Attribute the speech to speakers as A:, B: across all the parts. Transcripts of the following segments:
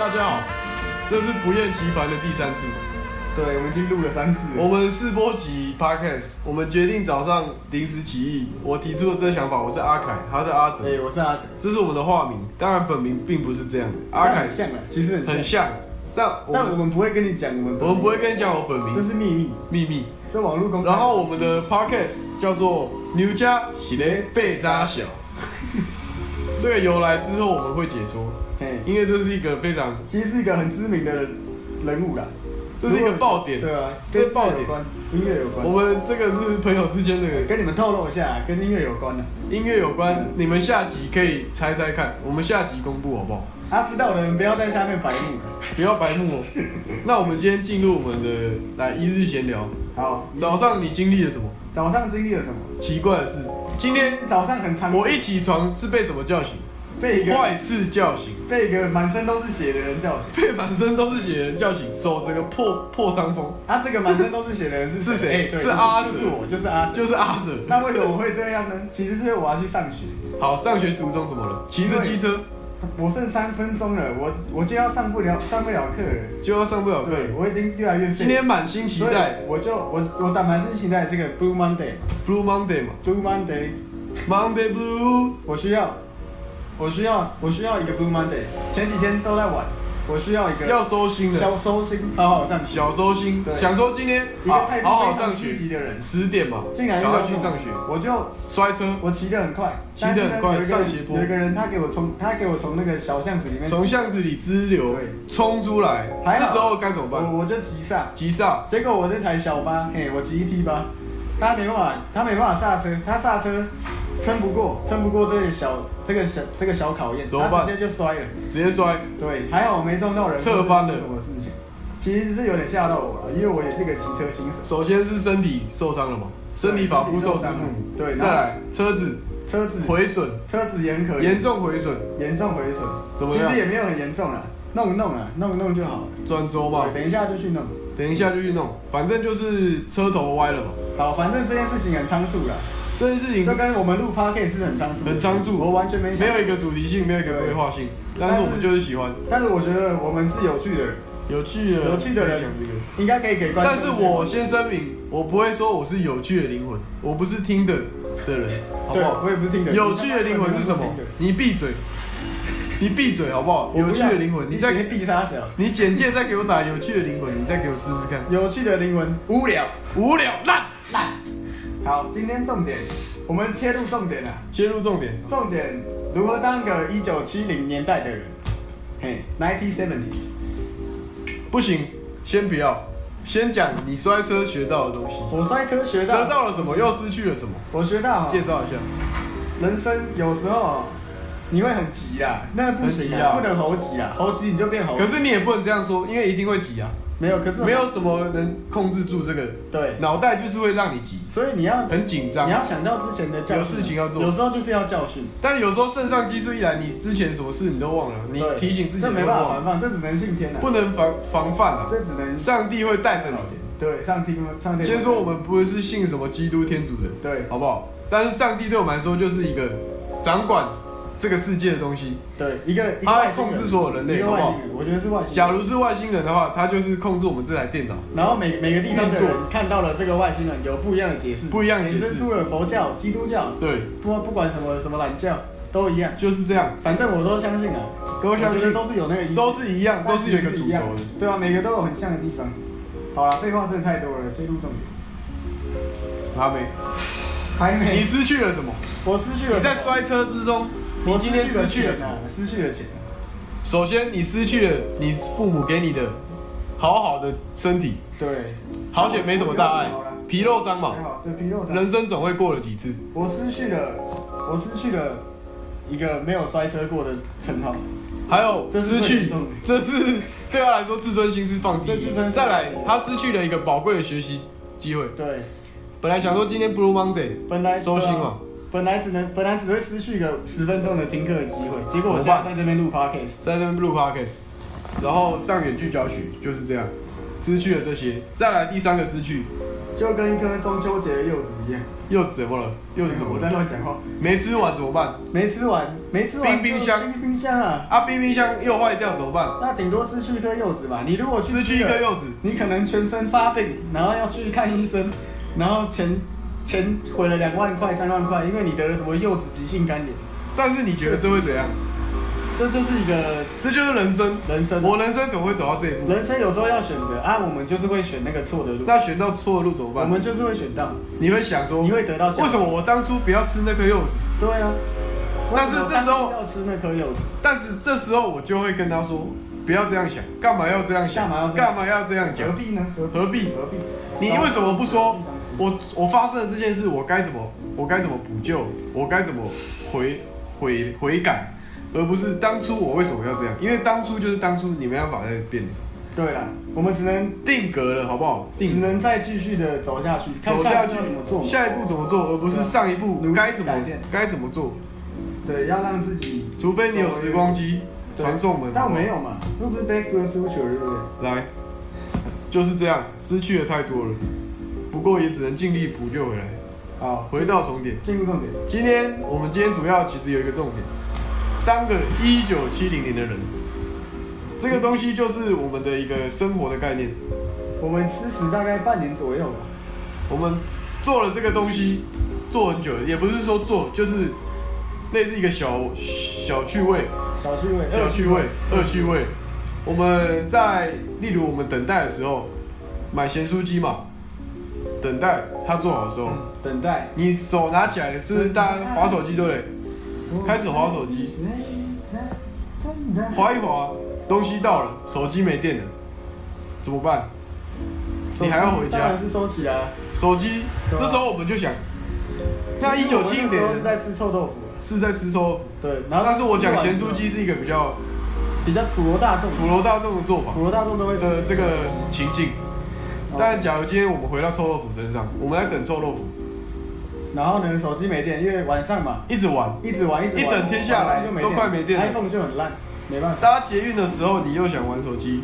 A: 大家好，这是不厌其烦的第三次。
B: 对，我们已经录了三次了。
A: 我们试播集 podcast，我们决定早上临时起意，我提出了这想法，我是阿凯，他是阿哲，
B: 对，哎我是阿哲。
A: 这是我们的化名，当然本名并不是这样的。阿凯
B: 但很像啊，其实很像。
A: 很像，但我
B: 但我
A: 们
B: 们不会跟你讲，我们
A: 我们不会跟你讲我本
B: 这
A: 名
B: 是秘密，
A: 秘密。
B: 这网络公开。
A: 然后我们的 podcast 叫做“牛家喜嘞被扎小”，这个由来之后我们会解说，
B: 嘿，
A: 因为这是一个非常，
B: 其实是一个很知名的人物啦。
A: 这是一
B: 如
A: 个
B: 果
A: 爆点。
B: 对啊，
A: 这是
B: 跟
A: 爆点
B: 音乐有关，音乐有
A: 我
B: 关。
A: 们这个是朋友之间的
B: 跟你们透露一下，跟音乐有关的。啊
A: 音乐有关，你们下集可以猜猜看，我们下集公布好不好？
B: 啊，知道的人不要在下面白目了。
A: 不要白目 哦。那我们今天进入我们的来一日闲聊，
B: 好，
A: 早上你经历了什么
B: 早上经历了什么？
A: 奇怪的事？今天
B: 早上很常
A: 我一起床是被什么叫醒？
B: 被一个
A: 坏事叫醒。
B: 被一个满身都是血的人叫醒。
A: 被满身都是血的人叫醒，手整个破破伤风，
B: 啊，这个满身都是血的人
A: 是
B: 是
A: 谁
B: 哎对
A: 是阿
B: 就
A: 哲
B: 是我，就是阿哲。
A: 就是阿哲。
B: 那为什么会这样呢？其实是因为我要去上学，
A: 好，上学途中怎么了？骑着机车
B: 我剩三分钟了，我我就要上不了上不了课了。
A: 就要上不了课。
B: 对，我已经越来越废。
A: 今天满心期
B: 所
A: 待
B: 以我就我我打满是期待这个 Blue Monday，Blue
A: Blue Monday 嘛
B: Monday，
A: ，Monday Blue。
B: 我需要我需要我需要一个 Blue Monday。前几天都在玩，我需要一个
A: 要收心了，
B: 小收心，好好上学。
A: 小收心，
B: 对
A: 想说今天
B: 一个
A: 好
B: 态度
A: 好好
B: 非常
A: 上
B: 积
A: 学
B: 极的人，
A: 十点嘛，
B: 竟然
A: 赶
B: 又
A: 快
B: 要
A: 去上学，
B: 我就
A: 摔车，
B: 我骑得很快，
A: 骑得很快
B: 但是呢有一个人
A: 上斜坡
B: 有一个人他给我从他给我从那个小巷子里面
A: 从巷子里支流
B: 对
A: 冲出来，
B: 还
A: 这
B: 好
A: 时候该怎么办？
B: 我我就急刹，
A: 急刹，
B: 结果我这台小巴，嘿，我骑一 T 八，他没办法，他没办法刹车，他刹车撑不过，撑不过这个小这个小这个小考验，
A: 怎么办
B: 他直接就摔了。
A: 直接摔，
B: 对，还好我没撞到人，
A: 侧翻了
B: 或者是什么事情？其实是有点吓到我了，因为我也是个骑车新手，
A: 首先是身体受伤了嘛，身体发肤受之父母，
B: 对然后
A: 再来车子
B: 车子
A: 毁损，
B: 车子也很可
A: 严
B: 怜，
A: 重毁损，
B: 严重毁损，
A: 怎么
B: 其
A: 样
B: 实也没有很严重啦，弄一弄啊，弄一弄就好了。
A: 转轴嘛
B: 对，，等一下就去弄。
A: 等一下就去弄，反正就是车头歪了嘛，
B: 好，反正这件事情很仓促啦，
A: 这件事情
B: 就跟我们录 podcast 是很仓促的，
A: 很仓促
B: 我完全没想
A: 没有一个主题性，没有一个规划性，但是我们就是喜欢
B: 但是我觉得我们是有趣的人，
A: 有趣的
B: 有趣的人
A: 讲这个。
B: 应该可以给观众
A: 但
B: 一
A: 是
B: 些。
A: 我先声明，我不会说我是有趣的灵魂，我不是听的的 人，好不
B: 对，
A: 好
B: 我？也不是听的。
A: 有趣的灵魂是什么
B: 我不是听的？
A: 你闭嘴，你闭嘴好不好？
B: 我不
A: 有
B: 要
A: 趣的灵魂，你再
B: 直
A: 给
B: 接必杀小。
A: 你简介再给我打有趣的灵魂，你再给我试试看。
B: 有趣的灵魂，无聊。
A: 无聊烂，
B: 好，今天重点，我们切入重点啊。
A: 切入重点，
B: 重点，如何当个一九七零年代的人？嘿，ninety seventy。
A: 不行，先不要，先讲你摔车学到的东西，
B: 我摔车学到，
A: 得到了什么，又失去了什么，
B: 我学到哦
A: 介绍一下。
B: 人生有时候你会很急啦，那不
A: 很
B: 行
A: 急
B: 啊，
A: 啊
B: 不能猴急啊，猴急你就变猴。
A: 可是你也不能这样说，因为一定会急啊，
B: 没有，可是
A: 没有什么能控制住这个，
B: 对，
A: 脑袋就是会让你急，
B: 所以你要
A: 很紧张
B: 你。要想到之前的教训啊，
A: 有事情要做
B: 有时候就是要教训。
A: 但有时候肾上激素一来，你之前什么事你都忘了，你
B: 对
A: 提醒自己
B: 这
A: 会
B: 没办法
A: 忘了，
B: 防范，这只能信天啊，
A: 不能防防范啊。
B: 这只能
A: 上帝会带着你。
B: 对上天上天。
A: 先说我们不是信什么基督天主的，
B: 对
A: 好不好？但是上帝对我们来说就是一个掌管这个世界的东西。
B: 对一个一个
A: 他
B: 外星
A: 控制所有人类
B: 一个
A: 好不
B: 外
A: 好
B: 星人，我觉得是外星
A: 假
B: 人。
A: 如是外星人的话，他就是控制我们这台电脑。
B: 然后每每个地方的
A: 运
B: 人看到了这个外星人，有不一样的解释，
A: 不一样的解释
B: 衍生出了佛教、基督教，
A: 对，
B: 不不管什么什么懒教都一样，
A: 就是这样，
B: 反正我都相信啊，
A: 都相信
B: 我觉得都是有那个意义，
A: 都是一样，都是有一个主
B: 一样
A: 轴的。
B: 对啊，每嗯个都有很像的地方。好了，废话真的太多了，切入重点。
A: 阿美，
B: 还
A: 你
B: 没，
A: 失去了什 么？
B: 我失去了什么，
A: 你在摔车之中，
B: 我
A: 你今天失去了什
B: 钱
A: 么？
B: 啊，失去了钱啊。
A: 首先，你失去了你父母给你的好好的身体，
B: 对，
A: 好险没什么大碍
B: 好啦，
A: 皮肉伤嘛
B: 还，好，对皮肉伤。
A: 人生总会过了几次。
B: 我失去了，我失去了一个没有摔车过的称号。
A: 还有
B: 这是
A: 失
B: 最
A: 去
B: 严重的，
A: 这是 对他来说自尊心是放低
B: 这自尊
A: 的。
B: 心
A: 再来
B: 是放，低的
A: 他失去了一个宝贵的学习机会。
B: 对，
A: 本来想说今天 Blue Monday
B: 本来啊
A: 收心嘛，
B: 本来只能本来只会失去一个十分钟的听课的机会，结果我现
A: 怎么办
B: 在在这边录 podcast。
A: 在这边 Blue Podcast，然后上远距教学就是这样，失去了这些。再来第三个失去，
B: 就跟一颗中秋节的柚子一样。
A: 又怎么了？又是怎么
B: 我在
A: 了？
B: 乱讲话，
A: 没吃完怎么办？
B: 没吃完，没吃完
A: 冰冰箱
B: 就冰冰箱啊，
A: 啊，冰冰箱又坏掉怎么办？
B: 那顶多失去一颗柚子吧。你如果去
A: 失去一
B: 吃了
A: 颗柚子，
B: 你可能全身发病，然后要去看医生，然后钱钱毁了两万块、三万块，因为你得了什么柚子急性肝炎，
A: 但是你觉得这会怎样？
B: 这就是一个
A: 这就是人生。
B: 人生。
A: 我人生怎么会走到这一步？
B: 人生有时候要选择啊，我们就是会选那个错的路，
A: 那选到错的路怎么
B: 我
A: 办？
B: 们就是会选到，
A: 你会想说，
B: 你会得到奖。
A: 为什么我当初不要吃那颗柚子？
B: 对啊，
A: 但是
B: 为什么
A: 这时候
B: 当初要吃那颗柚子，
A: 但是这时候我就会跟他说，不要这样想，干嘛要这样想？
B: 干嘛要这样
A: 干嘛要这样
B: 何
A: 讲？
B: 必呢？何必？
A: 何必？
B: 何必？
A: 你为什么不说
B: 我
A: 我我发生了这件事，我该怎么我该怎么补救，我该怎么悔悔悔改，而不是当初我为什么要这样？因为当初就是当初，你没办法再变了，
B: 对啦，我们只能
A: 定格了，好不好？
B: 只
A: 定
B: 能再继续的走下去，看
A: 走下
B: 一
A: 去
B: 步怎么做。
A: 下一步怎么做，而不是
B: 对啊
A: 上一步
B: 努力
A: 该怎么
B: 改变
A: 该怎么做。
B: 对，要让自己
A: 除非你有时光机
B: 对
A: 传送门，
B: 但
A: 好
B: 我
A: 不好
B: 没有嘛，那不是 Back to the Future 对不对？
A: 来，就是这样，失去的太多了，不过也只能尽力补救回来，
B: 好，
A: 回到重点。
B: 进入重点。
A: 今天我们今天主要其实有一个重点，当个一九七零年的人，这个东西就是我们的一个生活的概念。
B: 我们吃食大概半年左右吧，
A: 我们做了这个东西，做很久了，也不是说做，就是类似一个小小趣味，
B: 小趣味，
A: 小哎趣味，恶趣味。我们在例如我们等待的时候，买咸酥鸡嘛，等待它做好的时候，
B: 嗯等待，
A: 你手拿起来是不是大家划手机对不对？开始滑手机，
B: 哦
A: 滑一滑，东西到了，手机没电了，怎么办？你还要回家
B: 当然是收起来啊。
A: 手机，
B: 对啊
A: 这时候我们就想，那一九七零
B: 其实我那时候
A: 年
B: 是在吃臭豆腐，
A: 是在吃臭豆腐，啊
B: 对，然后
A: 但是我讲
B: 吃完
A: 咸
B: 之后
A: 酥鸡是一个比较
B: 比较普罗大众，
A: 普罗大众的做法
B: 普罗大众都会吃
A: 呃的这个情境。
B: 哦
A: 但假如今天我们回到臭豆腐身上，我们在等臭豆腐，
B: 然后呢，手机没电，因为晚上嘛，
A: 一直玩。
B: 一直玩一直玩
A: 一整天下来
B: 晚上就没
A: 都快没电了
B: ，iPhone 就很烂，没办法。
A: 搭捷运的时候，你又想玩手机，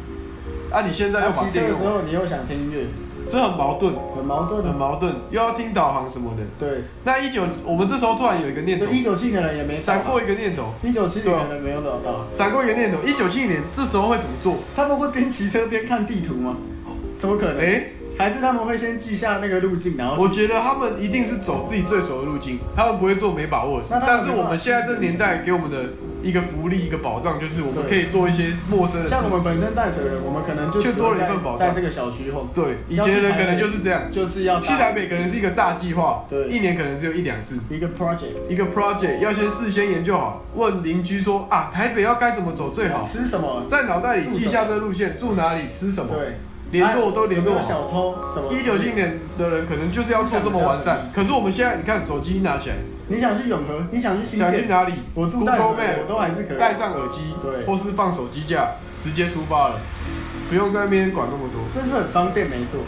A: 啊，你现在又
B: 然
A: 把
B: 后骑
A: 电
B: 车
A: 给
B: 的时
A: 我，
B: 候你又想听音乐，
A: 这很矛盾，
B: 很矛盾
A: 很
B: 的。
A: 矛盾，又要听导航什么的。
B: 对，
A: 那一九，我们这时候突然有一个念头
B: 对，，一九七零的人也没找到
A: 闪过，一个念头，
B: 一九七零的人没有找到。
A: 闪过一个念头，一九七零年这时候会怎么做？
B: 他们会边骑车边看地图吗？怎么可能？
A: 哎，
B: 还是他们会先记下那个路径，然后
A: 我觉得他们一定是走自己最熟的路径，他们不会做没把握的事
B: 那。他们
A: 但是我们现在这年代给我们的一个福利、一个保障，就是我们
B: 对
A: 可以做一些陌生的事
B: 像。我们本身淡水人，我们可能就
A: 却多了
B: 只会在
A: 一份保障
B: 在这个小区后，
A: 对，以前的人可能就是这样，
B: 就是要
A: 去台北可能是一个大计划，
B: 对
A: 一年可能只有一两次。
B: 一个 project，
A: 一个 project 要先事先研究好，问邻居说啊，台北要该怎么走最好，
B: 吃什么？
A: 在脑袋里记下这路线，住哪里，吃什么，
B: 对，
A: 联络都联络
B: 有没有
A: 好。
B: 小偷什么？
A: 一九七零年的人可能就是要做这么完善，可是我们现在你看手机拿起来，
B: 你想去永和，你想去新
A: 想去
B: 店，
A: 哪里
B: 我住淡水，
A: ，Google
B: 我
A: Map
B: 都还是可以。
A: 戴上耳机，
B: 对
A: 或是放手机架，直接出发了，不用在那边管那么多。
B: 这是很方便，没错。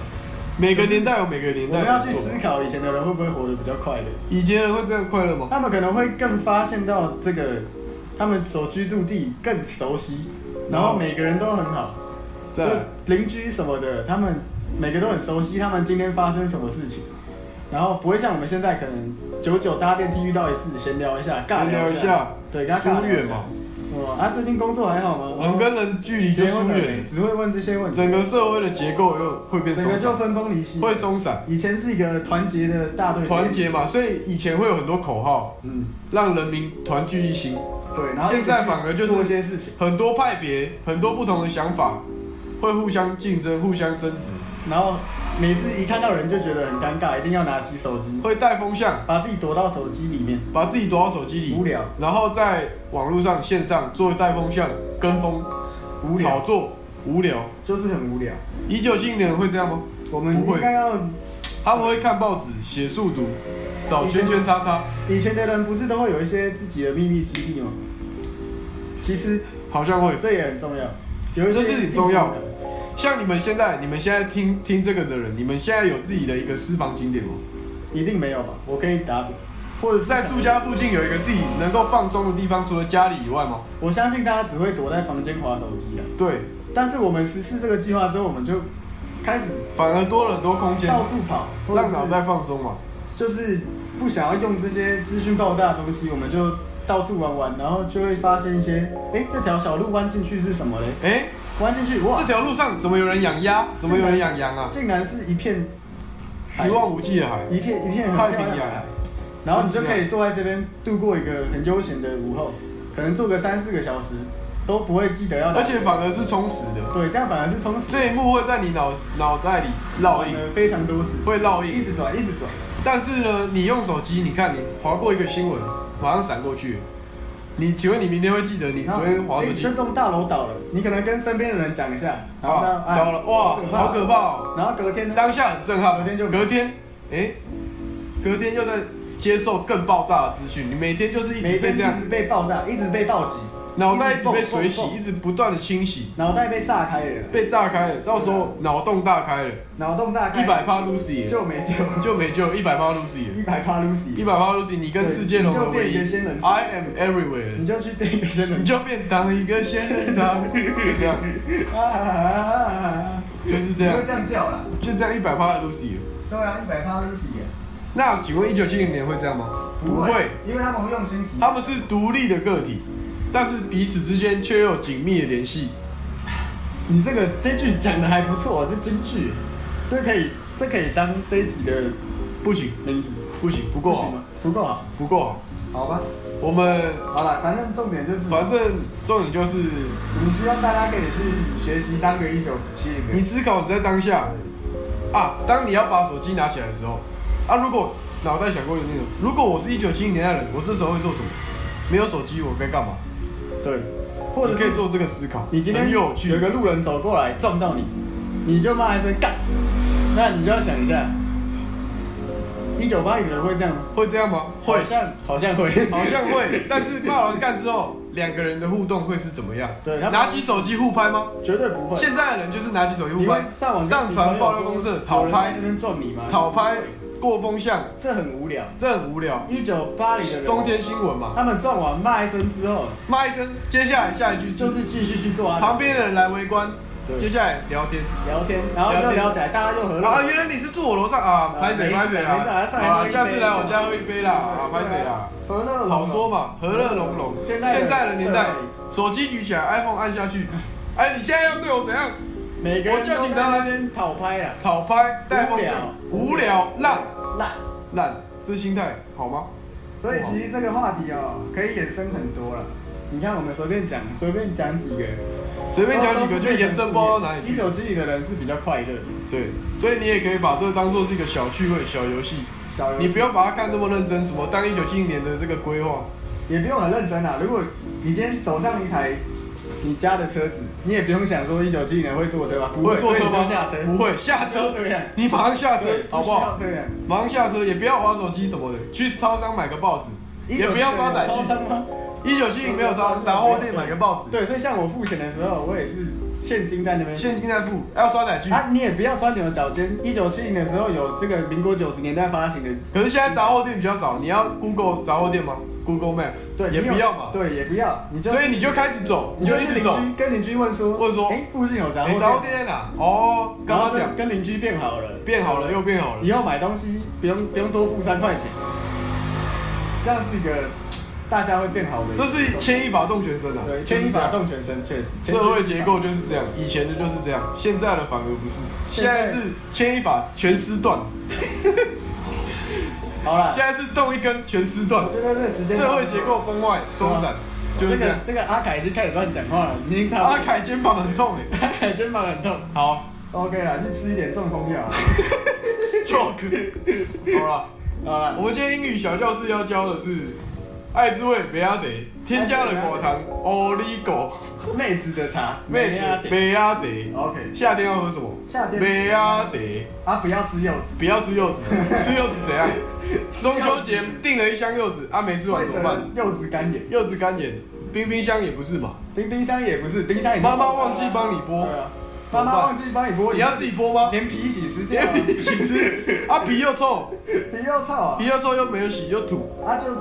A: 每个年代有每个年
B: 我
A: 代
B: 们要
A: 的
B: 去
A: 做法，
B: 思考以前的人会不会活得比较快乐，
A: 以前人会这样快乐吗？
B: 他们可能会更发现到这个他们所居住地更熟悉，然后每个人都很好，
A: 再来
B: 就邻居什么的，他们每个都很熟悉，他们今天发生什么事情，然后不会像我们现在可能久久搭电梯遇到一次闲聊一下，尬
A: 闲聊一下
B: 下，对，跟他尬
A: 疏
B: 聊
A: 远嘛，
B: 哇，啊，最近工作还好吗？
A: 我们跟人距离就
B: 结婚
A: 疏
B: 了
A: 远
B: 没，
A: 了，
B: 只会问这些问题，
A: 整个社会的结构又会变
B: 整
A: 松
B: 个就
A: 散，
B: 分崩离析，
A: 会松散，
B: 以前是一个团结的大队，
A: 团，结嘛，所以以前会有很多口号，
B: 嗯，
A: 让人民团聚一心，
B: 对，然后
A: 现在反而就是
B: 做一些事情，
A: 很多派别，很多不同的想法，会互相竞争、互相争执，
B: 然后每次一看到人就觉得很尴尬，一定要拿起手机，
A: 会带风向，
B: 把自己躲到手机里面，
A: 把自己躲到手机
B: 无
A: 里，
B: 聊，
A: 然后在网络上线上做带风向、跟风、
B: 无
A: 炒
B: 聊，
A: 作、无聊。
B: 就是很无聊。
A: 一九七零年会这样吗？
B: 我们
A: 不会
B: 应该要，
A: 他们会看报纸、写速读、找圈圈叉叉，
B: 以前的人不是都会有一些自己的秘密基地吗？其实
A: 好像会。
B: 这也很重要，有一些
A: 这是很重要
B: 地方的
A: 像你们现在，你们现在听听这个的人，你们现在有自己的一个私房景点吗？
B: 一定没有吧？我可以打赌，或者是
A: 在住，家附近有一个自己能够放松的地方，除了家里以外吗？
B: 我相信大家只会躲在房间划手机啊。
A: 对，
B: 但是我们实施这个计划之后，我们就开始
A: 反而多了很多空间，
B: 到处跑，或者
A: 让
B: 是
A: 脑袋放松嘛。
B: 就是不想要用这些资讯爆炸的东西，我们就到处玩玩，然后就会发现一些，哎、这条小路弯进去是什么嘞？
A: 哎、
B: 弯进去哇
A: 这，条路上怎么有人养鸭？怎么有人养羊啊？
B: 竟然是一片海
A: 一望无际的海，
B: 一片一片很漂
A: 太
B: 亮
A: 平
B: 的
A: 洋
B: 海，然后你就可以坐在这边度过一个很悠闲的午后，可能坐个三四个小时都不会记得要打，
A: 而且反而是充实的。
B: 对，这样反而是充实，
A: 这一幕会在你脑脑袋里烙印，
B: 呃非常多次，
A: 会烙
B: 一
A: 印。
B: 直转一直转，
A: 但是呢，你用手机，你看你划过一个新闻，马上闪过去。你请问你明天会记得你昨天划手
B: 诶
A: 机
B: 这栋大楼倒了，你可能跟身边的人讲一下，然后哎
A: 啊
B: 他
A: 倒了哇，好可！怕哦！
B: 然后隔天呢？
A: 当下很震撼，
B: 隔天就
A: 隔天，哎、隔天又在接受更爆炸的资讯，你每天就是一
B: 每
A: 直被
B: 天
A: 这样
B: 一，直被爆炸，一直被暴击，
A: 脑袋一直被
B: 蹦
A: 水洗，
B: 蹦
A: 一
B: 蹦
A: 直不断的清洗，
B: 脑袋被炸开了，
A: 被炸开了，到时候脑洞大开了，
B: 脑洞大开，
A: 一百趴 Lucy 了
B: 啊哎就没救，
A: 就没救，一百趴 Lucy 了
B: 一百趴
A: 一
B: Lucy，
A: 百趴 Lucy，你跟
B: 对
A: 世界融合为
B: 你就变一个仙人
A: 一，I am everywhere，
B: 你就去变一个仙人
A: 你就变当一个仙人掌， 就这样，
B: 啊啊啊啊啊啊！
A: 就是这样
B: 你会，这样叫啦，
A: 就这样一百趴的 Lucy 了。
B: 对啊，一百趴 Lucy 耶，
A: 那请问一九七零年会这样吗？会。，
B: 因为他们会用心机，
A: 他们是独立的个体，但是彼此之间却又有紧密的联系。
B: 你这个这句讲的还不错，这京剧，这可以这可以当这一集的
A: 不行，
B: 名字，
A: 不行，不
B: 不
A: 够啊
B: 行
A: 好，
B: 吗？不够好，
A: 不够好。
B: 好吧，
A: 我们
B: 好了，反正重点就是，
A: 反正重点就是，
B: 我们希望大家可以去学习当个一九七零
A: 你
B: 人，
A: 思考你在当下啊，当你要把手机拿起来的时候啊，如果脑袋想过的那种，如果我是一九七零年代的人，我这时候会做什么？没有手机，我该干嘛？
B: 对，或者
A: 你可以
B: 是
A: 做这个思考，
B: 你今天
A: 很有趣。
B: 有个路人走过来撞到你，你就骂一声干，那你就要想一下，一九八零人会这样吗？
A: 会这样吗？会
B: 好，像好像会，
A: 好像会。但是骂完干之后，两个人的互动会是怎么样？
B: 对他
A: 拿起手机互拍吗？
B: 绝对不会。
A: 现在的人就是拿起手机互
B: 你会
A: 拍，
B: 上网
A: 上传爆料公社，讨
B: 有人在
A: 拍
B: 那，边撞你吗？
A: 讨拍，过风向，
B: 这很无聊。
A: 这很无聊。
B: 一九八零的人，
A: 中天新闻嘛，
B: 他们撞完骂一声之后，
A: 骂一声，接下来下一句是
B: 就是继续去做啊，
A: 旁边的人来围观，
B: 对
A: 接下来聊天。
B: 聊天，然后
A: 聊
B: 又
A: 天
B: 聊起来，大家又和乐。
A: 啊，原来你是住我楼上啊，
B: 啊
A: 拍谁
B: 没事
A: 拍谁啦
B: 没事啊上来喝
A: 啊，
B: 一杯
A: 下次来我家喝一杯啦，啊，拍谁啦。
B: 和乐啊融融
A: 好说嘛，和乐融融。现
B: 现在
A: 在的年代
B: 社会，
A: 手机举起来，iPhone 按下去，哎，你现在要对我怎样？
B: 每个人
A: 我叫
B: 都
A: 警
B: 在
A: 察来
B: 那边讨拍啊，
A: 讨拍，带风向，
B: 无聊
A: 无聊，烂
B: 烂。
A: 烂，这心态好吗？
B: 所以其实这个话题哦，可以衍生很多了。你看，我们随便讲，随便讲几个，
A: 随便讲几个就延伸不到哪里
B: 一
A: 去。
B: 九七零的人是比较快乐的，
A: 对，所以你也可以把这当做是一个小趣味、小游戏，
B: 小游戏
A: 你不要把它看那么认真。什么当一九七零年的这个规划，
B: 也不用很认真啊。如果你今天走上一台你家的车子，你也不用想说一九七零人会坐车吧？不
A: 坐车
B: 所以
A: 吗
B: 你就下车，？
A: 不会下车
B: 不要这样，
A: 你马上下车
B: 对，
A: 好不好
B: 需？要这样。
A: 马上下车，也不要划手机什么的，去超商买个报纸，也不要刷载
B: 1970有超商吗
A: 具。一九七零没有杂杂货店买个报纸，
B: 对，所以像我付钱的时候，我也是现金在那边。
A: 现金在付，要刷载具。
B: 啊，你也不要钻牛角尖。一九七零的时候有这个民国九十年代发行的，
A: 可是现在杂货店比较少，你要 Google 杂货店吗？Google Map，
B: 对，
A: 也
B: 你有
A: 不要嘛。
B: 对，也不要，你就
A: 所以你就开始走，你就一
B: 是
A: 直
B: 邻
A: 走。
B: 居跟邻居问说，
A: 问说
B: 哎，附近有杂货
A: 你
B: 店，
A: 杂货店在哪？哦，刚
B: 然
A: 刚
B: 后就
A: 讲
B: 跟邻居变好了，
A: 变好了，又变好了
B: 以。后买东西不用不用多付三块钱，这样是一个大家会变好的一
A: 这
B: 个，
A: 是牵一发动全身啊！
B: 对牵一发动全身，确实
A: 就是这样。社会结构就是这样，以前的就是这样，现在的反而不是，现
B: 现在
A: 在是牵一发全丝断，
B: 好了
A: 现，在是动一根全丝断
B: 我，觉得这个时间
A: 社会结构崩坏松散，就
B: 这
A: 是这
B: 个
A: 样。
B: 这个阿凯已经开始乱讲话了，已经差不多
A: 阿凯肩膀很痛哎，
B: 阿凯肩膀很痛。
A: 好
B: OK 啦，去吃一点中风药。
A: ，stroke，好了。
B: 好
A: 我
B: 了，
A: 们今天英语小教室要教的是爱之味北亚得，添加了果糖 oligo，
B: 妹子的茶，啊
A: 妹子北亚得。
B: OK，
A: 夏天要喝什么？
B: 夏天
A: 北亚得，
B: 啊，不要吃柚子，
A: 不要吃 柚子，吃柚子怎样？中秋节订了一箱柚子，啊没吃完
B: 会
A: 怎么
B: 得
A: 办？
B: 柚子干眼。
A: 柚子干眼，冰冰箱也不是嘛？
B: 冰冰箱也不是，冰箱也是
A: 妈妈忘记帮你剥
B: 对啊
A: 怎
B: 妈
A: 么办
B: 妈忘记帮你剥，
A: 你要自己剥吗？
B: 连皮一起吃 掉啊，
A: 一起吃，啊皮又臭，
B: 皮又臭啊
A: 皮，又臭又没有洗又土，
B: 啊就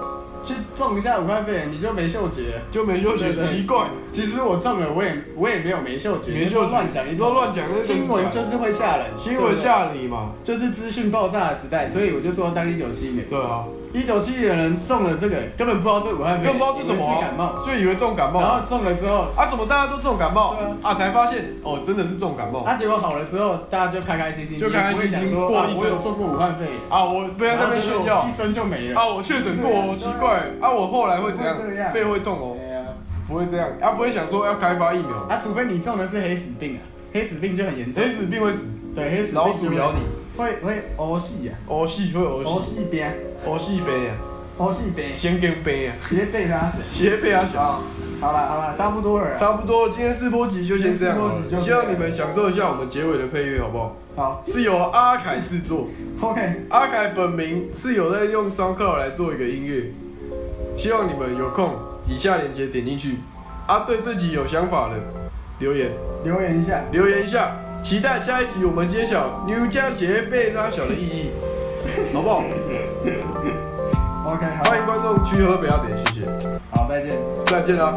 B: 去中一下武汉肺炎，你就没嗅觉。
A: 就没嗅觉
B: 对，对
A: 奇怪。
B: 其实我中了，我也我也没有没嗅觉，
A: 没
B: 你
A: 嗅觉
B: 都乱讲，
A: 你都乱讲那个
B: 新闻就是会吓人，
A: 新闻吓你嘛？
B: 对不对就是资讯爆炸的时代，所以我就说当一九七年，
A: 对啊，
B: 一九七年的人中了这个，根本不知道这武汉肺
A: 根本
B: 炎，
A: 不知道是什么
B: 以
A: 啊、
B: 为是感冒，
A: 就以为中感
B: 然
A: 冒。
B: 后中了之后，
A: 啊，怎么大家都中感冒？
B: 对啊
A: 啊才发现哦，真的是中感冒。
B: 啊，结果好了之后，大家就开开心心，
A: 就开开心心
B: 也不会讲说
A: 过
B: 啊
A: 一生
B: 我有中过武汉肺炎，
A: 啊，我不要在那边炫耀
B: 然后结果一生就没
A: 啊，
B: 了。
A: 我确诊过哦，奇怪啊，我后来会怎样
B: 不会这？样
A: 肺会动哦，
B: 对啊，
A: 不会这样，啊，不会想说要开发疫苗，
B: 啊，除非你中的是黑死病啊，黑死病就很严重
A: 黑，死病会死，
B: 对，黑死病
A: 老鼠咬你，
B: 会会呕气啊，
A: 哦系会哦
B: 呕
A: 系，
B: 气边，
A: 哦系病啊，
B: 呕气边，
A: 先跟病啊，
B: 直接背他血。
A: 斜背啊小。
B: 好，好了好了，差不多了啦。
A: 差不多，今天试播集就先这样好了，
B: 今天试播集就
A: 希
B: 这样
A: 望你们享受一下我们结尾的配乐，好不好？
B: 好
A: 是由阿凯制作，
B: ，OK，
A: 阿凯本名是有在用 SoundCloud 来做一个音乐，希望你们有空以下链接点进去。啊，对自己有想法的留言
B: 留言一下。
A: 留言一下，期待下一集我们揭晓牛家鞋被杀小的意义，好不好？
B: OK，
A: 欢迎
B: 好，
A: 观众去喝不要点，谢谢，
B: 好，再见。
A: 再见啦。